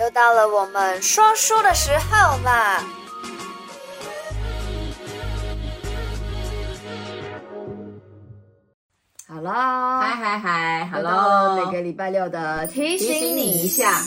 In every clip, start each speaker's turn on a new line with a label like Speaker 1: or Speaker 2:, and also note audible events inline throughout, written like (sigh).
Speaker 1: 又到了我们说书的时候啦！
Speaker 2: 好喽，
Speaker 3: 嗨嗨嗨
Speaker 2: 又到了
Speaker 3: ，Hello，
Speaker 2: 每个礼拜六的提
Speaker 3: 提
Speaker 2: 醒
Speaker 3: 醒
Speaker 2: 你
Speaker 3: 你
Speaker 2: 一
Speaker 3: 一
Speaker 2: 下
Speaker 3: 下，，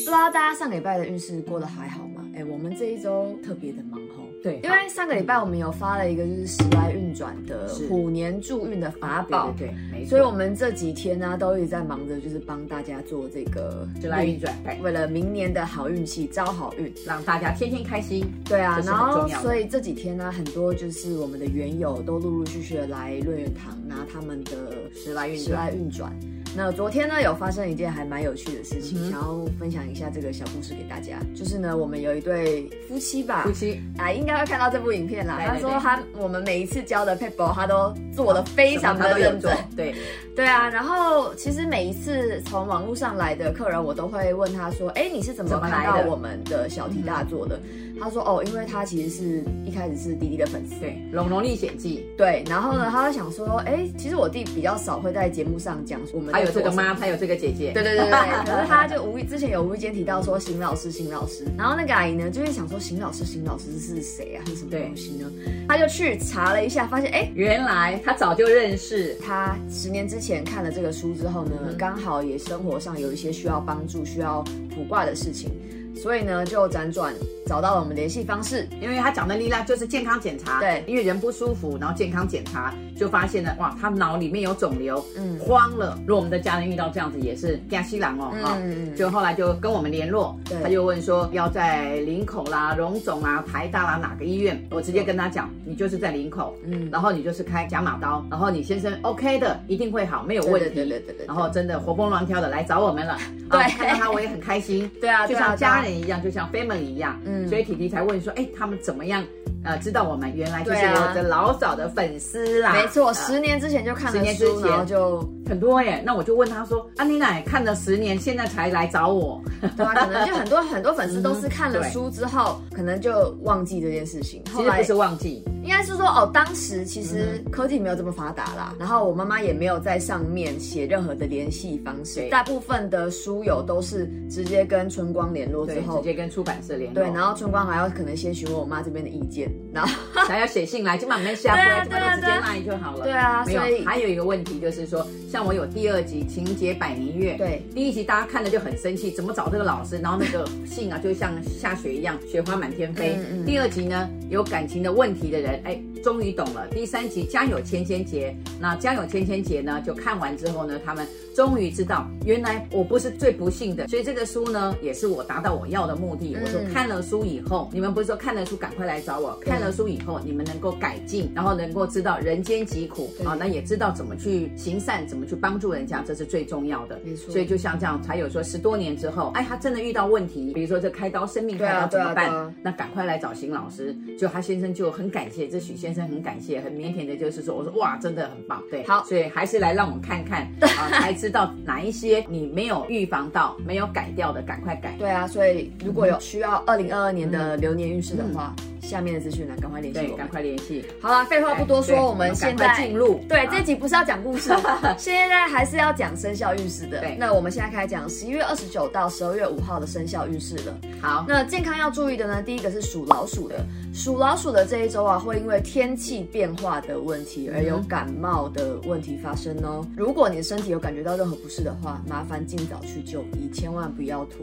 Speaker 2: 不知道大家上个礼拜的运势过得还好吗？哎、我们这一周特别的忙吼。
Speaker 3: 对，
Speaker 2: 因为上个礼拜我们有发了一个就是时来运转的
Speaker 3: 是
Speaker 2: 虎年助运的法宝，
Speaker 3: 啊对对对，没错，
Speaker 2: 所以我们这几天呢、都一直在忙着就是帮大家做这个
Speaker 3: 时来运转对
Speaker 2: 为了明年的好运气招好运。
Speaker 3: 让大家天天开心，
Speaker 2: 对啊，
Speaker 3: 这是
Speaker 2: 然
Speaker 3: 很
Speaker 2: 后
Speaker 3: 重要的
Speaker 2: 所以这几天呢、很多就是我们的园友都陆陆续续的来瑞元堂拿他们的
Speaker 3: 时来运转
Speaker 2: 时来运转。那昨天呢，有发生一件还蛮有趣的事情，
Speaker 3: 嗯哼
Speaker 2: 想要分享一下这个小故事给大家。就是呢，我们有一对夫妻吧
Speaker 3: 夫，妻
Speaker 2: 啊，应该会看到这部影片啦。
Speaker 3: 嗯对对
Speaker 2: 他说
Speaker 3: 对
Speaker 2: 他我们每一次教的 paper，他都做的非
Speaker 3: 什
Speaker 2: 常
Speaker 3: 么他
Speaker 2: 的
Speaker 3: 都有
Speaker 2: 认
Speaker 3: 做
Speaker 2: 真。，
Speaker 3: 对，
Speaker 2: 对啊，然后其实每一次从网络上来的客人，我都会问他说：“哎，你是怎么
Speaker 3: 怎么
Speaker 2: 看
Speaker 3: 来
Speaker 2: 到
Speaker 3: 的
Speaker 2: 我们的小题大做的？”他说：“哦，因为他其实是一开始是弟弟的粉丝。”
Speaker 3: 嗯对，《龙龙历险记
Speaker 2: 对，然后呢，他会想说：“哎，其实我弟比较少会在节目上讲我们》，在
Speaker 3: 还有这
Speaker 2: 做
Speaker 3: 个
Speaker 2: 什么
Speaker 3: 妈，还有这个姐姐，
Speaker 2: 对对对对对， (laughs) 可是他就无意之前有无意间提到说邢老师，邢老师，然后那个阿姨呢就会想说邢老师，邢老师是谁啊？是什么
Speaker 3: 对
Speaker 2: 东西呢？他就去查了一下，发现哎。
Speaker 3: 原来他早就认识，
Speaker 2: 他十年之前看了这个书之后呢，
Speaker 3: 嗯
Speaker 2: 刚好也生活上有一些需要帮助、需要卜卦的事情，所以呢就辗转找到了我们联系方式。
Speaker 3: 因为他讲的力量就是健康检查，
Speaker 2: 对
Speaker 3: 因为人不舒服，然后健康检查就发现了，哇，他脑里面有肿瘤，
Speaker 2: 嗯
Speaker 3: 嗯，慌了。如果我们的家人遇到这样子，也是亚西郎哦，啊、
Speaker 2: 嗯
Speaker 3: 就后来就跟我们联络
Speaker 2: 对，
Speaker 3: 他就问说要在林口啦、荣总啦、台大啦哪个医院，我直接跟他讲，你就是在林口，
Speaker 2: 嗯
Speaker 3: 嗯，然后你就是开假马刀，然后你先生 OK 的，一定会好，没有
Speaker 2: 对
Speaker 3: 问
Speaker 2: 对
Speaker 3: 题，
Speaker 2: 对对对对
Speaker 3: 然后真的活蹦乱跳的来找我们
Speaker 2: (laughs)
Speaker 3: 了，
Speaker 2: 对
Speaker 3: 啊、看到他我也很开心，
Speaker 2: (laughs) 对啊
Speaker 3: 就
Speaker 2: 对啊
Speaker 3: 像
Speaker 2: 对啊
Speaker 3: 家人一样，就像 family 一样，
Speaker 2: 嗯
Speaker 3: 嗯，所以体体才问说，哎，他们怎么样？呃，知道我们原来就是
Speaker 2: 对啊
Speaker 3: 我的老早的粉丝啦，
Speaker 2: 没错，
Speaker 3: 呃
Speaker 2: 十年之前就看了
Speaker 3: 十年之
Speaker 2: 书，
Speaker 3: 前
Speaker 2: 然后就
Speaker 3: 很多耶。那我就问他说，安妮奶看了十年，现在才来找我，
Speaker 2: 对啊，可能就很多很多粉丝都是看了
Speaker 3: 对
Speaker 2: 书之后，可能就忘记这件事情。
Speaker 3: 嗯其
Speaker 2: 后
Speaker 3: 实
Speaker 2: 来
Speaker 3: 不是忘记，
Speaker 2: 应该是说哦，当时其
Speaker 3: 嗯
Speaker 2: 实科技没有这么发达啦，然后我妈妈也没有在上面写任何的联系方式，
Speaker 3: 对
Speaker 2: 大部分的书友都是直接跟春光联络之
Speaker 3: 对，直
Speaker 2: 后。
Speaker 3: 接跟出版社联络，
Speaker 2: 对， (laughs) 然后春光还要可能先询问我妈这边的意见，然
Speaker 3: (laughs)
Speaker 2: 后
Speaker 3: 还要写信来，今晚没下
Speaker 2: 对啊
Speaker 3: 播，今晚直
Speaker 2: 对
Speaker 3: 接
Speaker 2: 啊
Speaker 3: 赖就好了。
Speaker 2: 对啊
Speaker 3: 没有
Speaker 2: 所以。
Speaker 3: 还有一个问题就是说，像我有第二集《情节百年月》，
Speaker 2: 对
Speaker 3: 第一集大家看了就很生气，怎么找这个老师？然后那个信啊，就像下雪一样，雪花满天飞。
Speaker 2: 嗯嗯
Speaker 3: 第二集呢，有感情的问题的人，哎，终于懂了。第三集《家有千千结》，那《家有千千结》呢，就看完之后呢，他们终于知道，原来我不是最不幸的，所以这个书呢，也是我达到我要的目的。我说
Speaker 2: 嗯
Speaker 3: 看了书以后，你们不是说看了书赶快来找我，
Speaker 2: 对
Speaker 3: 看了书以后你们能够改进，然后能够知道人间疾苦
Speaker 2: 对
Speaker 3: 啊，那也知道怎么去行善，怎么去帮助人家，这是最重要的。
Speaker 2: 没错
Speaker 3: 所以就像这样，才有说十多年之后，哎，他真的遇到问题，比如说这开刀生命
Speaker 2: 对
Speaker 3: 开
Speaker 2: 啊
Speaker 3: 刀怎么办？
Speaker 2: 对啊对啊
Speaker 3: 那赶快来找邢老师。就他先生就很感谢，这许先生很感谢，很腼腆的，就是说，我说哇，真的很棒，对，
Speaker 2: 好
Speaker 3: 所以还是来让我们看看
Speaker 2: (laughs)
Speaker 3: 啊，才知道哪一些你没有预防到、没有改掉的，赶快改。
Speaker 2: 对啊，所以如果有需要二零二二年的流年运势的话，下面的资讯栏赶快联系
Speaker 3: 嗯对，
Speaker 2: 我
Speaker 3: 赶
Speaker 2: 们。
Speaker 3: 快联系。哎
Speaker 2: 好啦，废话不多
Speaker 3: 对
Speaker 2: 说，我们现
Speaker 3: 赶
Speaker 2: 在
Speaker 3: 快进入。
Speaker 2: 对，
Speaker 3: 啊
Speaker 2: 这集不是要讲故事，哦
Speaker 3: (laughs)
Speaker 2: 现在还是要讲生肖运势的
Speaker 3: 对。
Speaker 2: 那我们现在开始讲十一月二十九到十二月五号的生肖运势了。
Speaker 3: 好，
Speaker 2: 那健康要注意的呢，第一个是属老鼠的，属老鼠的这一周啊，会因为天气变化的问题而有
Speaker 3: 嗯
Speaker 2: 感冒的问题发生哦。如果你的身体有感觉到任何不适的话，麻烦尽早去就医，千万不要拖。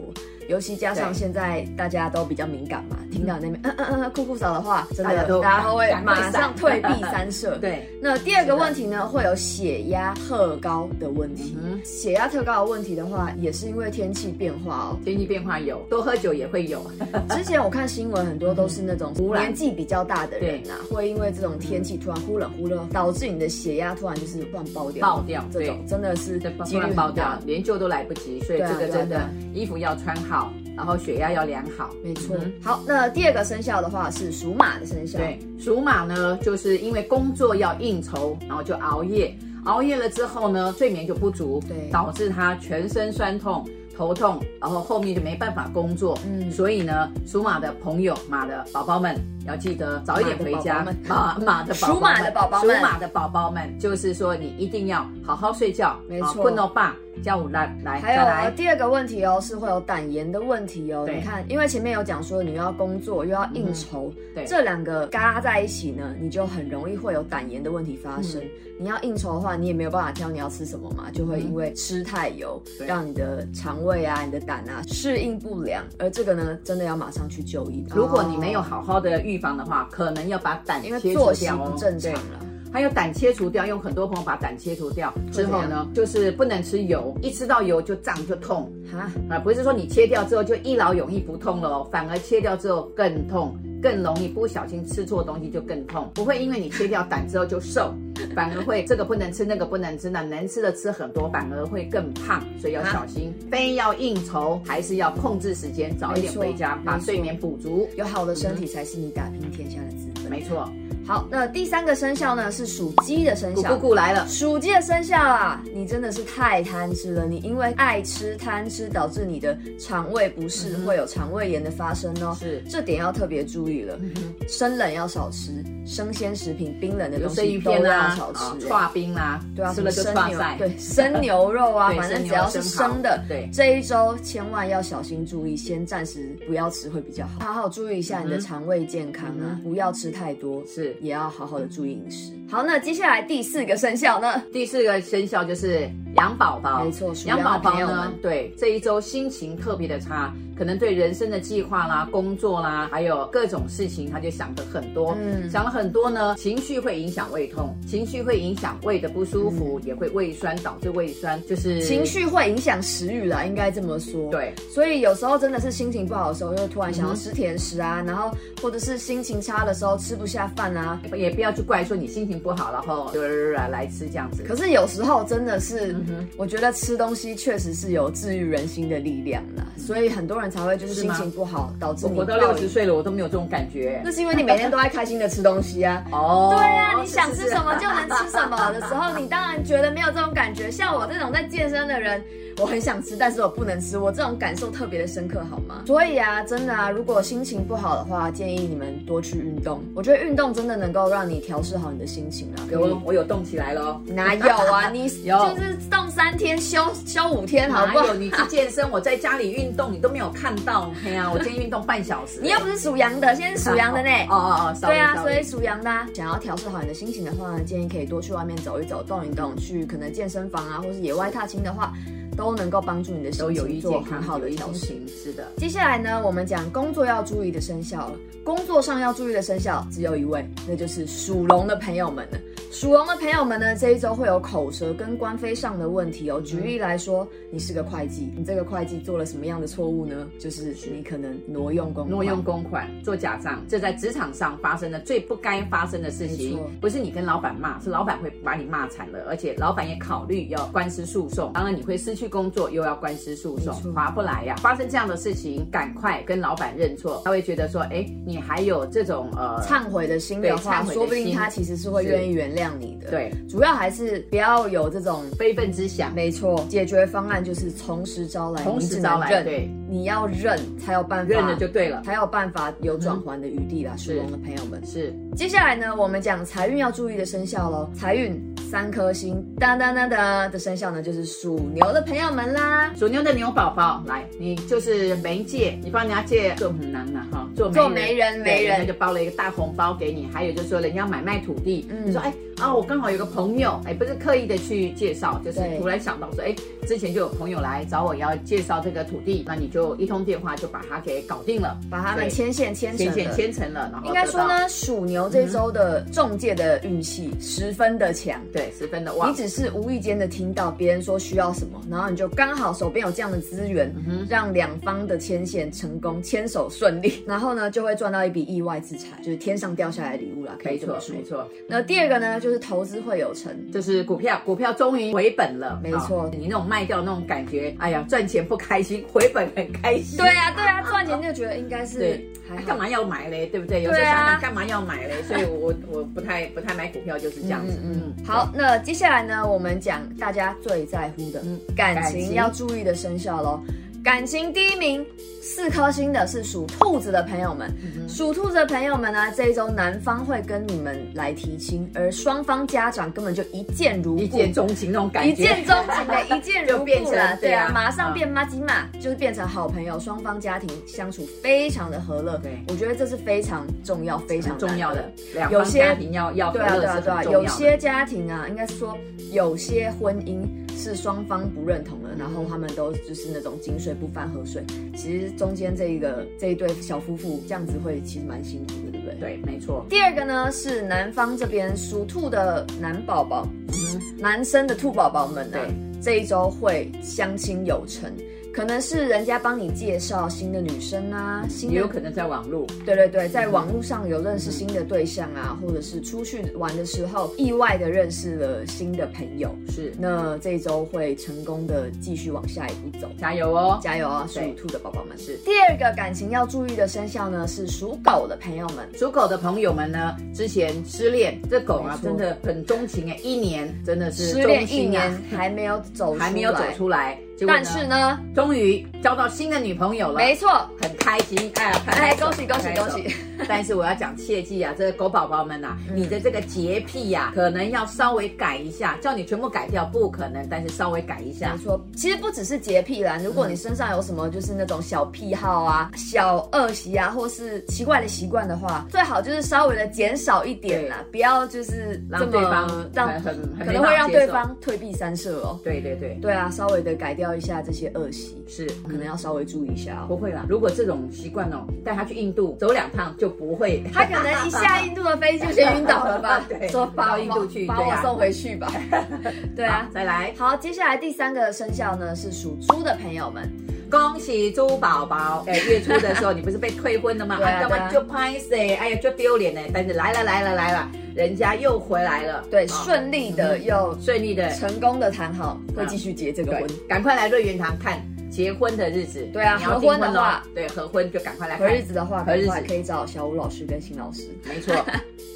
Speaker 2: 尤其加上
Speaker 3: 对
Speaker 2: 现在大家都比较敏感嘛，听到那边嗯嗯嗯嗯酷酷嫂的话，真
Speaker 3: 大
Speaker 2: 的
Speaker 3: 家都
Speaker 2: 大家都会
Speaker 3: 赶快
Speaker 2: 马
Speaker 3: 闪
Speaker 2: 上退避三舍。对
Speaker 3: 对，
Speaker 2: 那第二个问题呢，会有血压特高的问题。
Speaker 3: 嗯
Speaker 2: 血压特高的问题的话，也是因为天气变化
Speaker 3: (laughs)
Speaker 2: 哦。
Speaker 3: 天气变化有，多喝酒也会有。
Speaker 2: 之前我看新闻，很多都是那
Speaker 3: (laughs)
Speaker 2: 种
Speaker 3: 忽然
Speaker 2: 年纪比较大的人啊，会因为这种天气突然忽冷忽热，导致你的血压突然就是突然爆掉，
Speaker 3: 爆掉
Speaker 2: 这种
Speaker 3: 对
Speaker 2: 真的是
Speaker 3: 这
Speaker 2: 几
Speaker 3: 突
Speaker 2: 率
Speaker 3: 然
Speaker 2: 很
Speaker 3: 爆
Speaker 2: 大
Speaker 3: 掉，连救都来不及，所以
Speaker 2: 对啊
Speaker 3: 这个真
Speaker 2: 对啊
Speaker 3: 的衣服要穿好，然后血压要量好。
Speaker 2: 没错
Speaker 3: 嗯，
Speaker 2: 好，那第二个生肖的话是啊属马的生肖，
Speaker 3: 对，属马呢，就是因为工作要应酬，然后就熬夜，熬夜了之后呢，睡眠就不足，
Speaker 2: 对
Speaker 3: 导致他全身酸痛。头痛，然后后面就没办法工作，
Speaker 2: 嗯
Speaker 3: 所以呢，属马的朋友、马的宝宝们要记得早一点回家。马 (laughs) 马的宝宝们，
Speaker 2: 属马的宝宝们
Speaker 3: 属马的宝宝们，就是说你一定要好好睡觉，啊
Speaker 2: 没错
Speaker 3: 困到爸，叫我来来
Speaker 2: 还有
Speaker 3: 再
Speaker 2: 呃
Speaker 3: 来，
Speaker 2: 第二个问题哦，是会有胆盐的问题哦。
Speaker 3: 对
Speaker 2: 你看，因为前面有讲说你又要工作又要应酬，
Speaker 3: 嗯对
Speaker 2: 这两个嘎在一起呢，你就很容易会有胆盐的问题发生。
Speaker 3: 嗯
Speaker 2: 你要应酬的话，你也没有办法挑你要吃什么嘛，就会因为吃太油，
Speaker 3: 对
Speaker 2: 让你的肠胃啊、你的胆啊适应不良，而这个呢，真的要马上去就医。哦
Speaker 3: 如果你没有好好的预防的话，可能要把胆
Speaker 2: 因为
Speaker 3: 切除
Speaker 2: 作息
Speaker 3: 掉哦
Speaker 2: 不。正常
Speaker 3: 对
Speaker 2: 了，
Speaker 3: 还有胆切除掉，用很多朋友把胆切除掉之后
Speaker 2: 会怎
Speaker 3: 呢，就是不能吃油，一吃到油就胀就痛
Speaker 2: 哈，
Speaker 3: 啊，不是说你切掉之后就一劳永逸不痛了哦，反而切掉之后更痛，更容易不小心吃错东西就更痛，不会因为你切掉胆之后就瘦，反而会这个不能吃那个不能吃，那能吃的吃很多，反而会更胖，所以要小心，非要应酬还是要控制时间，早一点
Speaker 2: 啊没错
Speaker 3: 回家，把
Speaker 2: 没错
Speaker 3: 睡眠补足，
Speaker 2: 有好的身体才是你打拼天下的资本。
Speaker 3: 没错，
Speaker 2: 好，那第三个生肖呢是属鸡的生
Speaker 3: 咕
Speaker 2: 肖
Speaker 3: 咕。咕来了。
Speaker 2: 暑季的生肖啊，你真的是太贪吃了。你因为爱吃贪吃，导致你的肠胃不适，会有肠胃炎的发生哦。
Speaker 3: 是
Speaker 2: 这点要特别注意
Speaker 3: 嗯
Speaker 2: 了。生冷要少吃，生鲜食品、冰冷的
Speaker 3: 有
Speaker 2: 东
Speaker 3: 生鱼
Speaker 2: 西都
Speaker 3: 片
Speaker 2: 要
Speaker 3: 啦，
Speaker 2: 少
Speaker 3: 啊
Speaker 2: 吃。哎
Speaker 3: 串冰啦，
Speaker 2: 对啊，
Speaker 3: 吃了就
Speaker 2: 什么
Speaker 3: 串
Speaker 2: 生牛
Speaker 3: 晒，
Speaker 2: 对，生牛肉啊，
Speaker 3: 对
Speaker 2: 反正
Speaker 3: 生
Speaker 2: 只
Speaker 3: 牛
Speaker 2: 要是
Speaker 3: 生蚝
Speaker 2: 生的，
Speaker 3: 对
Speaker 2: 这一周千万要小心注意，先暂时不要吃会比较好，好好注意一下你
Speaker 3: 嗯
Speaker 2: 的肠胃健康啊，不要吃太多，
Speaker 3: 是
Speaker 2: 也要好好的注意饮食。好，那接下来第四个生肖呢？
Speaker 3: 第四个生肖就是羊宝宝，
Speaker 2: 没错属
Speaker 3: 羊
Speaker 2: 羊
Speaker 3: 宝
Speaker 2: 的
Speaker 3: 宝
Speaker 2: 朋友
Speaker 3: 呢
Speaker 2: 们，
Speaker 3: 对这一周心情特别的差，可能对人生的计划啦、工作啦，还有各种事情，他就想的很多，
Speaker 2: 嗯
Speaker 3: 想了很多呢，情绪会影响胃痛，情绪会影响胃的不舒服，也会胃酸导致胃酸，就是
Speaker 2: 情。绪会影响食欲啦，应该这么说。，
Speaker 3: 对，嗯
Speaker 2: 所以有时候真的是心情不好的时候，就会突然想要吃甜食啊，然后或者是心情差的时候吃不下饭啊。
Speaker 3: 也不要去怪说你心情不好，然后就是来吃这样子。
Speaker 2: 可是有时候真的是，
Speaker 3: 嗯
Speaker 2: 我觉得吃东西确实是有治愈人心的力量啦，所以很多人才会就是
Speaker 3: 嗯是
Speaker 2: 心
Speaker 3: 吗
Speaker 2: 情不好导致
Speaker 3: 我
Speaker 2: 你
Speaker 3: 活到
Speaker 2: 暴
Speaker 3: 六
Speaker 2: 饮
Speaker 3: 十，岁了，我都没有这种感觉。
Speaker 2: 那是因为你每天都在开心的吃东西啊。
Speaker 3: 哦，
Speaker 2: 对呀、你
Speaker 3: 是
Speaker 2: 想
Speaker 3: 是
Speaker 2: 吃
Speaker 3: 是
Speaker 2: 什么就能吃什么的时候，你当然觉得没有这种感觉。像我这种在健身的人，我很想吃，但是我不能吃，我这种感受特别的深刻，好吗？所以啊，真的啊，如果心情不好的话，建议你们多去运动。我觉得运动真的能够让你调试好你的心情啊。
Speaker 3: 有哦，我有动起来了哦。
Speaker 2: 哪有
Speaker 3: (laughs)
Speaker 2: 啊？你
Speaker 3: 有
Speaker 2: 就是动三天休休五天，好
Speaker 3: 哪
Speaker 2: 不好
Speaker 3: 有？你去健身， (laughs) 我在家里运动，你都没有看到。嘿呀、我今天运动半小时。
Speaker 2: 你又不是属羊的，现在是属羊的呢。
Speaker 3: 哦哦哦，
Speaker 2: 对
Speaker 3: sorry，
Speaker 2: 啊，所
Speaker 3: sorry
Speaker 2: 以属羊的、啊、想要调试好你的心情的话呢，建议可以多去外面走一走、动一动，去可能健身房啊，或是野外踏青的话，都能够帮助你的
Speaker 3: 都
Speaker 2: 心
Speaker 3: 有
Speaker 2: 情
Speaker 3: 益
Speaker 2: 做
Speaker 3: 健
Speaker 2: 很
Speaker 3: 康，
Speaker 2: 好
Speaker 3: 好
Speaker 2: 的
Speaker 3: 的
Speaker 2: 调
Speaker 3: 心
Speaker 2: 试。
Speaker 3: 情。是的，
Speaker 2: 接下来呢，我们讲工作要注意的生肖了。工作上要注意的生肖只有一位，那就是属龙的朋友们了。属龙的朋友们呢，这一周会有口舌跟官非上的问
Speaker 3: 嗯
Speaker 2: 题哦。举例来说，你是个会计，你这个会计做了什么样的错误呢？就是你可能挪用公款
Speaker 3: 挪用公款、做假账，这在职场上发生的最不该发生的事
Speaker 2: 没
Speaker 3: 情
Speaker 2: 错，
Speaker 3: 不是你跟老板骂，是老板会把你骂惨了，而且老板也考虑要官司诉讼，当然你会失去工作，又要官司诉讼
Speaker 2: 没，错
Speaker 3: 划不来呀、发生这样的事情，赶快跟老板认错，他会觉得说，哎，你还有这种呃
Speaker 2: 忏悔的心
Speaker 3: 对
Speaker 2: 的话
Speaker 3: 忏悔，的
Speaker 2: 说不定
Speaker 3: 心
Speaker 2: 他其实是会
Speaker 3: 是
Speaker 2: 愿意原谅你的。
Speaker 3: 对，
Speaker 2: 主要还是不要有这种。
Speaker 3: 非分之想。
Speaker 2: 没错，解决方案就是从实招来，
Speaker 3: 从
Speaker 2: 你
Speaker 3: 实
Speaker 2: 只
Speaker 3: 招
Speaker 2: 能
Speaker 3: 来
Speaker 2: 认
Speaker 3: 对
Speaker 2: 你要认才有办法，
Speaker 3: 认了就对了
Speaker 2: 才有办法有转圜的余地啦，属
Speaker 3: 是
Speaker 2: 龙的朋友们。
Speaker 3: 是
Speaker 2: 接下来呢，我们讲财运要注意的生肖喽。财运三颗星，当当当当的生肖呢，就是属牛的朋友们啦。
Speaker 3: 属牛的牛宝宝，来，你就是媒介，你帮人家借做很难了哈，做
Speaker 2: 做媒人
Speaker 3: 对
Speaker 2: 媒人
Speaker 3: 人家就包了一个大红包给你，还有就是说人家买卖土地，
Speaker 2: 嗯
Speaker 3: 你说哎啊，我刚好有个朋友，哎，不是刻意的去介绍，就是
Speaker 2: 对
Speaker 3: 突然想到说，哎，之前就有朋友来找我要介绍这个土地，那你就一通电话就把它给搞定了，
Speaker 2: 把他们
Speaker 3: 对
Speaker 2: 牵线牵成
Speaker 3: 牵
Speaker 2: 了。
Speaker 3: 线牵成了，然后
Speaker 2: 应该
Speaker 3: 得
Speaker 2: 说
Speaker 3: 到，
Speaker 2: 呢，属牛这周的中介的运气十分的强。
Speaker 3: 对，十分的旺
Speaker 2: 你，只是无意间的听到别人说需要什么，然后你就刚好手边有这样的资源，让两方的牵线成功，牵手顺 (laughs) 利，然后呢就会赚到一笔意外之财，就是天上掉下来的礼物啦，可以
Speaker 3: 没
Speaker 2: 这么
Speaker 3: 错
Speaker 2: 说
Speaker 3: 没。错。
Speaker 2: 那第二个呢，就是投资会有成，
Speaker 3: 就是股票，股票终于回本了，啊
Speaker 2: 没错
Speaker 3: 好你那种卖掉那种感觉，哎呀，赚钱不开心，回本很开心。
Speaker 2: 对啊，对啊，赚钱就觉得应该是
Speaker 3: 对
Speaker 2: 还
Speaker 3: 啊干
Speaker 2: 好。
Speaker 3: 嘛要买嘞？对不对？有时候
Speaker 2: 对啊
Speaker 3: 想想干嘛要买嘞？所以我 (laughs) 我不太不太买股票，就是这样子。嗯，
Speaker 2: 好，那接下来呢，我们讲大家最在乎的
Speaker 3: 嗯
Speaker 2: 感
Speaker 3: 感情
Speaker 2: 情要注意的生肖喽。感情第一名，四颗星的是属兔子的朋友们，属兔子的朋友们呢、这一周男方会跟你们来提亲，而双方家长根本就一见如故，
Speaker 3: 一见钟情那种感觉，
Speaker 2: 一见钟情
Speaker 3: (laughs)
Speaker 2: 的，一见如
Speaker 3: 就变
Speaker 2: 故
Speaker 3: 成
Speaker 2: 了，对
Speaker 3: 对
Speaker 2: 啊
Speaker 3: 啊，
Speaker 2: 马上
Speaker 3: 嗯
Speaker 2: 变妈吉妈，就是变成好朋友，双方家庭相处非常的和乐。
Speaker 3: 对
Speaker 2: 我觉得这是非常重要、非常
Speaker 3: 很重要
Speaker 2: 难
Speaker 3: 的。两
Speaker 2: 有
Speaker 3: 方
Speaker 2: 些
Speaker 3: 家庭要要
Speaker 2: 对
Speaker 3: 和
Speaker 2: 啊，
Speaker 3: 乐
Speaker 2: 对啊，
Speaker 3: 是
Speaker 2: 对啊，
Speaker 3: 很重要
Speaker 2: 有
Speaker 3: 的
Speaker 2: 些家庭啊，应该是说有些婚姻是双方不认同的，然后他们都就是那种井水不犯河水。其实中间这一个这一对小夫妇这样子会其实蛮辛苦的，对不对？。
Speaker 3: 对，没错。
Speaker 2: 第二个呢是南方这边属兔的男宝宝，
Speaker 3: 嗯
Speaker 2: 男生的兔宝宝们呢、
Speaker 3: 对
Speaker 2: 这一周会相亲有成，可能是人家帮你介绍新的女生啊，新
Speaker 3: 也
Speaker 2: 的
Speaker 3: 有可能在网络，
Speaker 2: 对对对，在网络上有认识新的对象
Speaker 3: 嗯
Speaker 2: 啊，或者是出去玩的时候意外的认识了新的朋友，
Speaker 3: 是
Speaker 2: 那这一周会成功的继续往下一步走。
Speaker 3: 加油哦！
Speaker 2: 加油啊，属
Speaker 3: 对
Speaker 2: 兔的宝宝们！
Speaker 3: 是
Speaker 2: 第二个感情要注意的生肖呢，是属狗的朋友们。
Speaker 3: 属狗的朋友们呢，之前失恋，这狗啊
Speaker 2: 没错
Speaker 3: 真的很钟情哎，一年真的是
Speaker 2: 失恋
Speaker 3: 钟
Speaker 2: 一
Speaker 3: 情啊
Speaker 2: 年还没有走出来，
Speaker 3: 还没有走出来，结果
Speaker 2: 但是呢，
Speaker 3: 终于交到新的女朋友了，
Speaker 2: 没错，
Speaker 3: 很开心，哎呀，
Speaker 2: 哎，恭喜恭喜
Speaker 3: 拍手
Speaker 2: 恭！喜！
Speaker 3: 但是我要讲，切记啊，这个狗宝宝们呐、
Speaker 2: 嗯
Speaker 3: 你的这个洁癖呀、可能要稍微改一下，叫你全部改掉不可能，但是稍微改一下
Speaker 2: 没。错，其实不只是洁癖啦，如果你身上有什么就是那种小癖好啊、小恶习啊，或是奇怪的习惯的话，最好就是稍微的减少一点啦，不要就是这
Speaker 3: 让
Speaker 2: 么
Speaker 3: 对方
Speaker 2: 让
Speaker 3: 很很
Speaker 2: 可
Speaker 3: 很没
Speaker 2: 能会
Speaker 3: 办法
Speaker 2: 让
Speaker 3: 接
Speaker 2: 对
Speaker 3: 受
Speaker 2: 方退避三舍哦。
Speaker 3: 对对对，
Speaker 2: 对啊，稍微的改掉一下这些恶习，
Speaker 3: 是
Speaker 2: 可能要稍微注意一下
Speaker 3: 不
Speaker 2: 哦。
Speaker 3: 会啦。如果这种习惯哦，带他去印度走两趟就不会。？
Speaker 2: 他可能一下印度的飞机就先晕倒了吧
Speaker 3: (laughs) 对
Speaker 2: 说把我
Speaker 3: 到印度去
Speaker 2: 把
Speaker 3: 对
Speaker 2: 我
Speaker 3: 啊
Speaker 2: 送回去
Speaker 3: (laughs)
Speaker 2: 吧。对啊
Speaker 3: 好， (laughs) 再来，
Speaker 2: 好，接下来第三个生肖呢是属猪的朋友们，
Speaker 3: 恭喜猪宝宝！哎，月初的时候你不是被退婚了吗？
Speaker 2: (laughs) 对啊
Speaker 3: 哎干
Speaker 2: 对啊
Speaker 3: 嘛就拍谁？哎呀，就丢脸呢。但是来了来了来了，人家又回来了，
Speaker 2: 对，
Speaker 3: 哦
Speaker 2: 顺利的又
Speaker 3: 顺利的
Speaker 2: 成功的谈好，会继续结这个
Speaker 3: 对
Speaker 2: 婚。，
Speaker 3: 赶快来瑞元堂看结婚的日子。
Speaker 2: 对啊
Speaker 3: 你要
Speaker 2: 合婚的
Speaker 3: 订哦
Speaker 2: 话
Speaker 3: 对合婚就赶快来
Speaker 2: 和
Speaker 3: 看
Speaker 2: 日子的话，
Speaker 3: 和
Speaker 2: 赶
Speaker 3: 日
Speaker 2: 快
Speaker 3: 子
Speaker 2: 可以找小吴老师跟邢老师。
Speaker 3: 没
Speaker 2: (laughs)
Speaker 3: 错。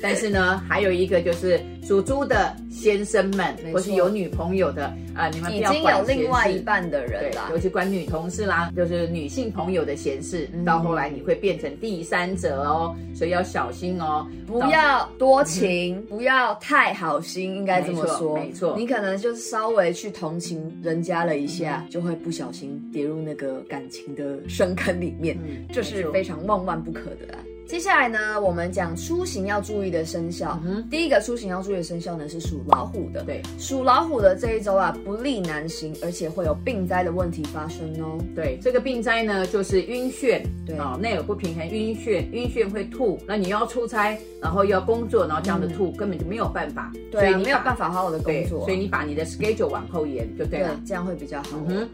Speaker 3: 但是呢，还有一个就是属猪的先生们
Speaker 2: 没，错
Speaker 3: 或是有女朋友的啊、呃你们不
Speaker 2: 已
Speaker 3: 要
Speaker 2: 经有
Speaker 3: 管
Speaker 2: 另
Speaker 3: 闲
Speaker 2: 外
Speaker 3: 事
Speaker 2: 一半的人
Speaker 3: 对
Speaker 2: 啦，
Speaker 3: 尤其管女同事啦，就是女性朋友的闲事，
Speaker 2: 嗯
Speaker 3: 到后来你会变成第三者哦，所以要小心哦，
Speaker 2: 不
Speaker 3: 到
Speaker 2: 要多情，不要太好心，应该这么说。
Speaker 3: 没错没错
Speaker 2: 你可能就是稍微去同情人家了一
Speaker 3: 嗯
Speaker 2: 下，就会不小心跌入那个感情的深坑里面，
Speaker 3: 嗯
Speaker 2: 这
Speaker 3: 没
Speaker 2: 是
Speaker 3: 错
Speaker 2: 非常万万不可的啦。啊接下来呢，我们讲出行要注意的生肖。
Speaker 3: 嗯哼
Speaker 2: 第一个出行要注意的生肖呢是属老虎的。
Speaker 3: 对
Speaker 2: 属老虎的这一周啊，不利难行，而且会有病灾的问题发生哦。
Speaker 3: 对，这个病灾呢，就是晕眩，
Speaker 2: 对
Speaker 3: 哦，内耳不平衡，晕眩，晕眩会吐，那你又要出差，然后又要工作，然后这样的吐、根本就没有办法，
Speaker 2: 嗯对
Speaker 3: 所以
Speaker 2: 啊，
Speaker 3: 你
Speaker 2: 没有
Speaker 3: 把
Speaker 2: 办法好好的工
Speaker 3: 对，
Speaker 2: 作啊、
Speaker 3: 所以你把你的 schedule 往后延就对
Speaker 2: 对
Speaker 3: 了。，
Speaker 2: 这样会比较好哦、
Speaker 3: 嗯哼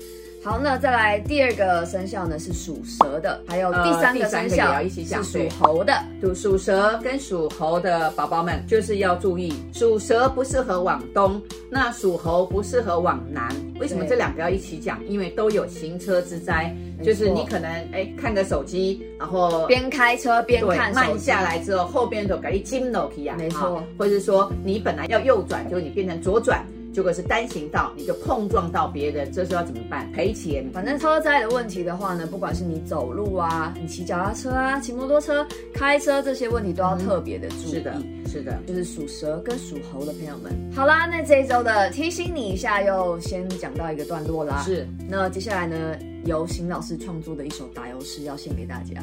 Speaker 2: 好，那再来第二个生肖呢是属蛇的，还有
Speaker 3: 呃
Speaker 2: 第三个
Speaker 3: 第三
Speaker 2: 生
Speaker 3: 个也
Speaker 2: 肖
Speaker 3: 要一起
Speaker 2: 是
Speaker 3: 讲
Speaker 2: 属
Speaker 3: 对
Speaker 2: 猴的。
Speaker 3: 属属蛇跟属猴的宝宝们就是要注意，属蛇不适合往东，那属猴不适合往南。为什么
Speaker 2: 对
Speaker 3: 这两个要一起讲？因为都有行车之灾，
Speaker 2: 没
Speaker 3: 就是你
Speaker 2: 错
Speaker 3: 可能哎看个手机，然后
Speaker 2: 边开车边
Speaker 3: 对，
Speaker 2: 看手
Speaker 3: 慢
Speaker 2: 机
Speaker 3: 下，来之后，后边都改金楼皮啊，
Speaker 2: 没错
Speaker 3: 啊或者是说你本来要右转，结果你变成左转，结果是单行道，你就碰撞到别人，这时候要怎么办？赔钱。
Speaker 2: 反正车灾的问题的话呢，不管是你走路啊、你骑脚踏车啊、骑摩托车、开车这些问题，都要特别的注意。
Speaker 3: 是的，是的。
Speaker 2: 就是属蛇跟属猴的朋友们。好啦，那这一周的提醒你一下，又先讲到一个段落啦。，
Speaker 3: 是
Speaker 2: 那接下来呢，由邢老师创作的一首打油诗要献给大家。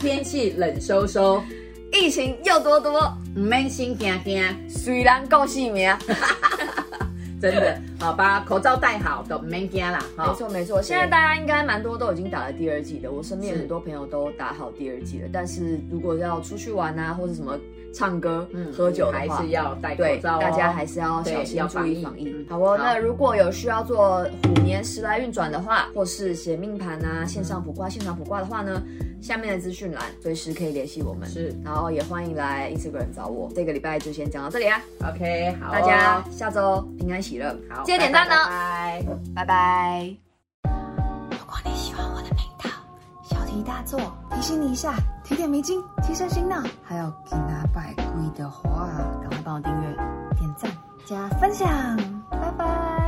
Speaker 3: 天气冷飕飕，
Speaker 2: 疫情又多多，
Speaker 3: 唔免心惊惊，
Speaker 2: 虽然够细名，啊 (laughs)
Speaker 3: 真的，好把口罩戴好，都唔免惊啦，
Speaker 2: 没
Speaker 3: 哈。
Speaker 2: 错没错。现在大家应该蛮多都已经打了第二季的，我身边
Speaker 3: 是
Speaker 2: 很多朋友都打好第二季了。但是如果要出去玩啊，或者什么唱歌、喝酒的
Speaker 3: 嗯还
Speaker 2: 话
Speaker 3: 是。要戴口
Speaker 2: 对，
Speaker 3: 罩、哦，
Speaker 2: 大家还是要小心
Speaker 3: 对要
Speaker 2: 注
Speaker 3: 防
Speaker 2: 意
Speaker 3: 疫
Speaker 2: 防疫
Speaker 3: 嗯。
Speaker 2: 好哦，
Speaker 3: 好
Speaker 2: 那如果有需要做虎年时来运转的话，或是写命盘啊、线上卜卦、现场卜卦的话呢，下面的资讯栏随时可以联系我们。
Speaker 3: 是
Speaker 2: 然后也欢迎来 Instagram 找我。这个礼拜就先讲到这里啊，
Speaker 3: OK，好哦、
Speaker 2: 大家下周平安喜乐，
Speaker 3: 好，
Speaker 2: 记得点赞
Speaker 3: 拜
Speaker 2: 哦，
Speaker 3: 拜。拜拜
Speaker 2: 拜拜。
Speaker 4: 如果你喜欢我的频道，小题大做，提醒你一下，提点迷津，提升心脑。还有给拿百贵的话，赶快帮我订阅、点赞、加分享，拜拜。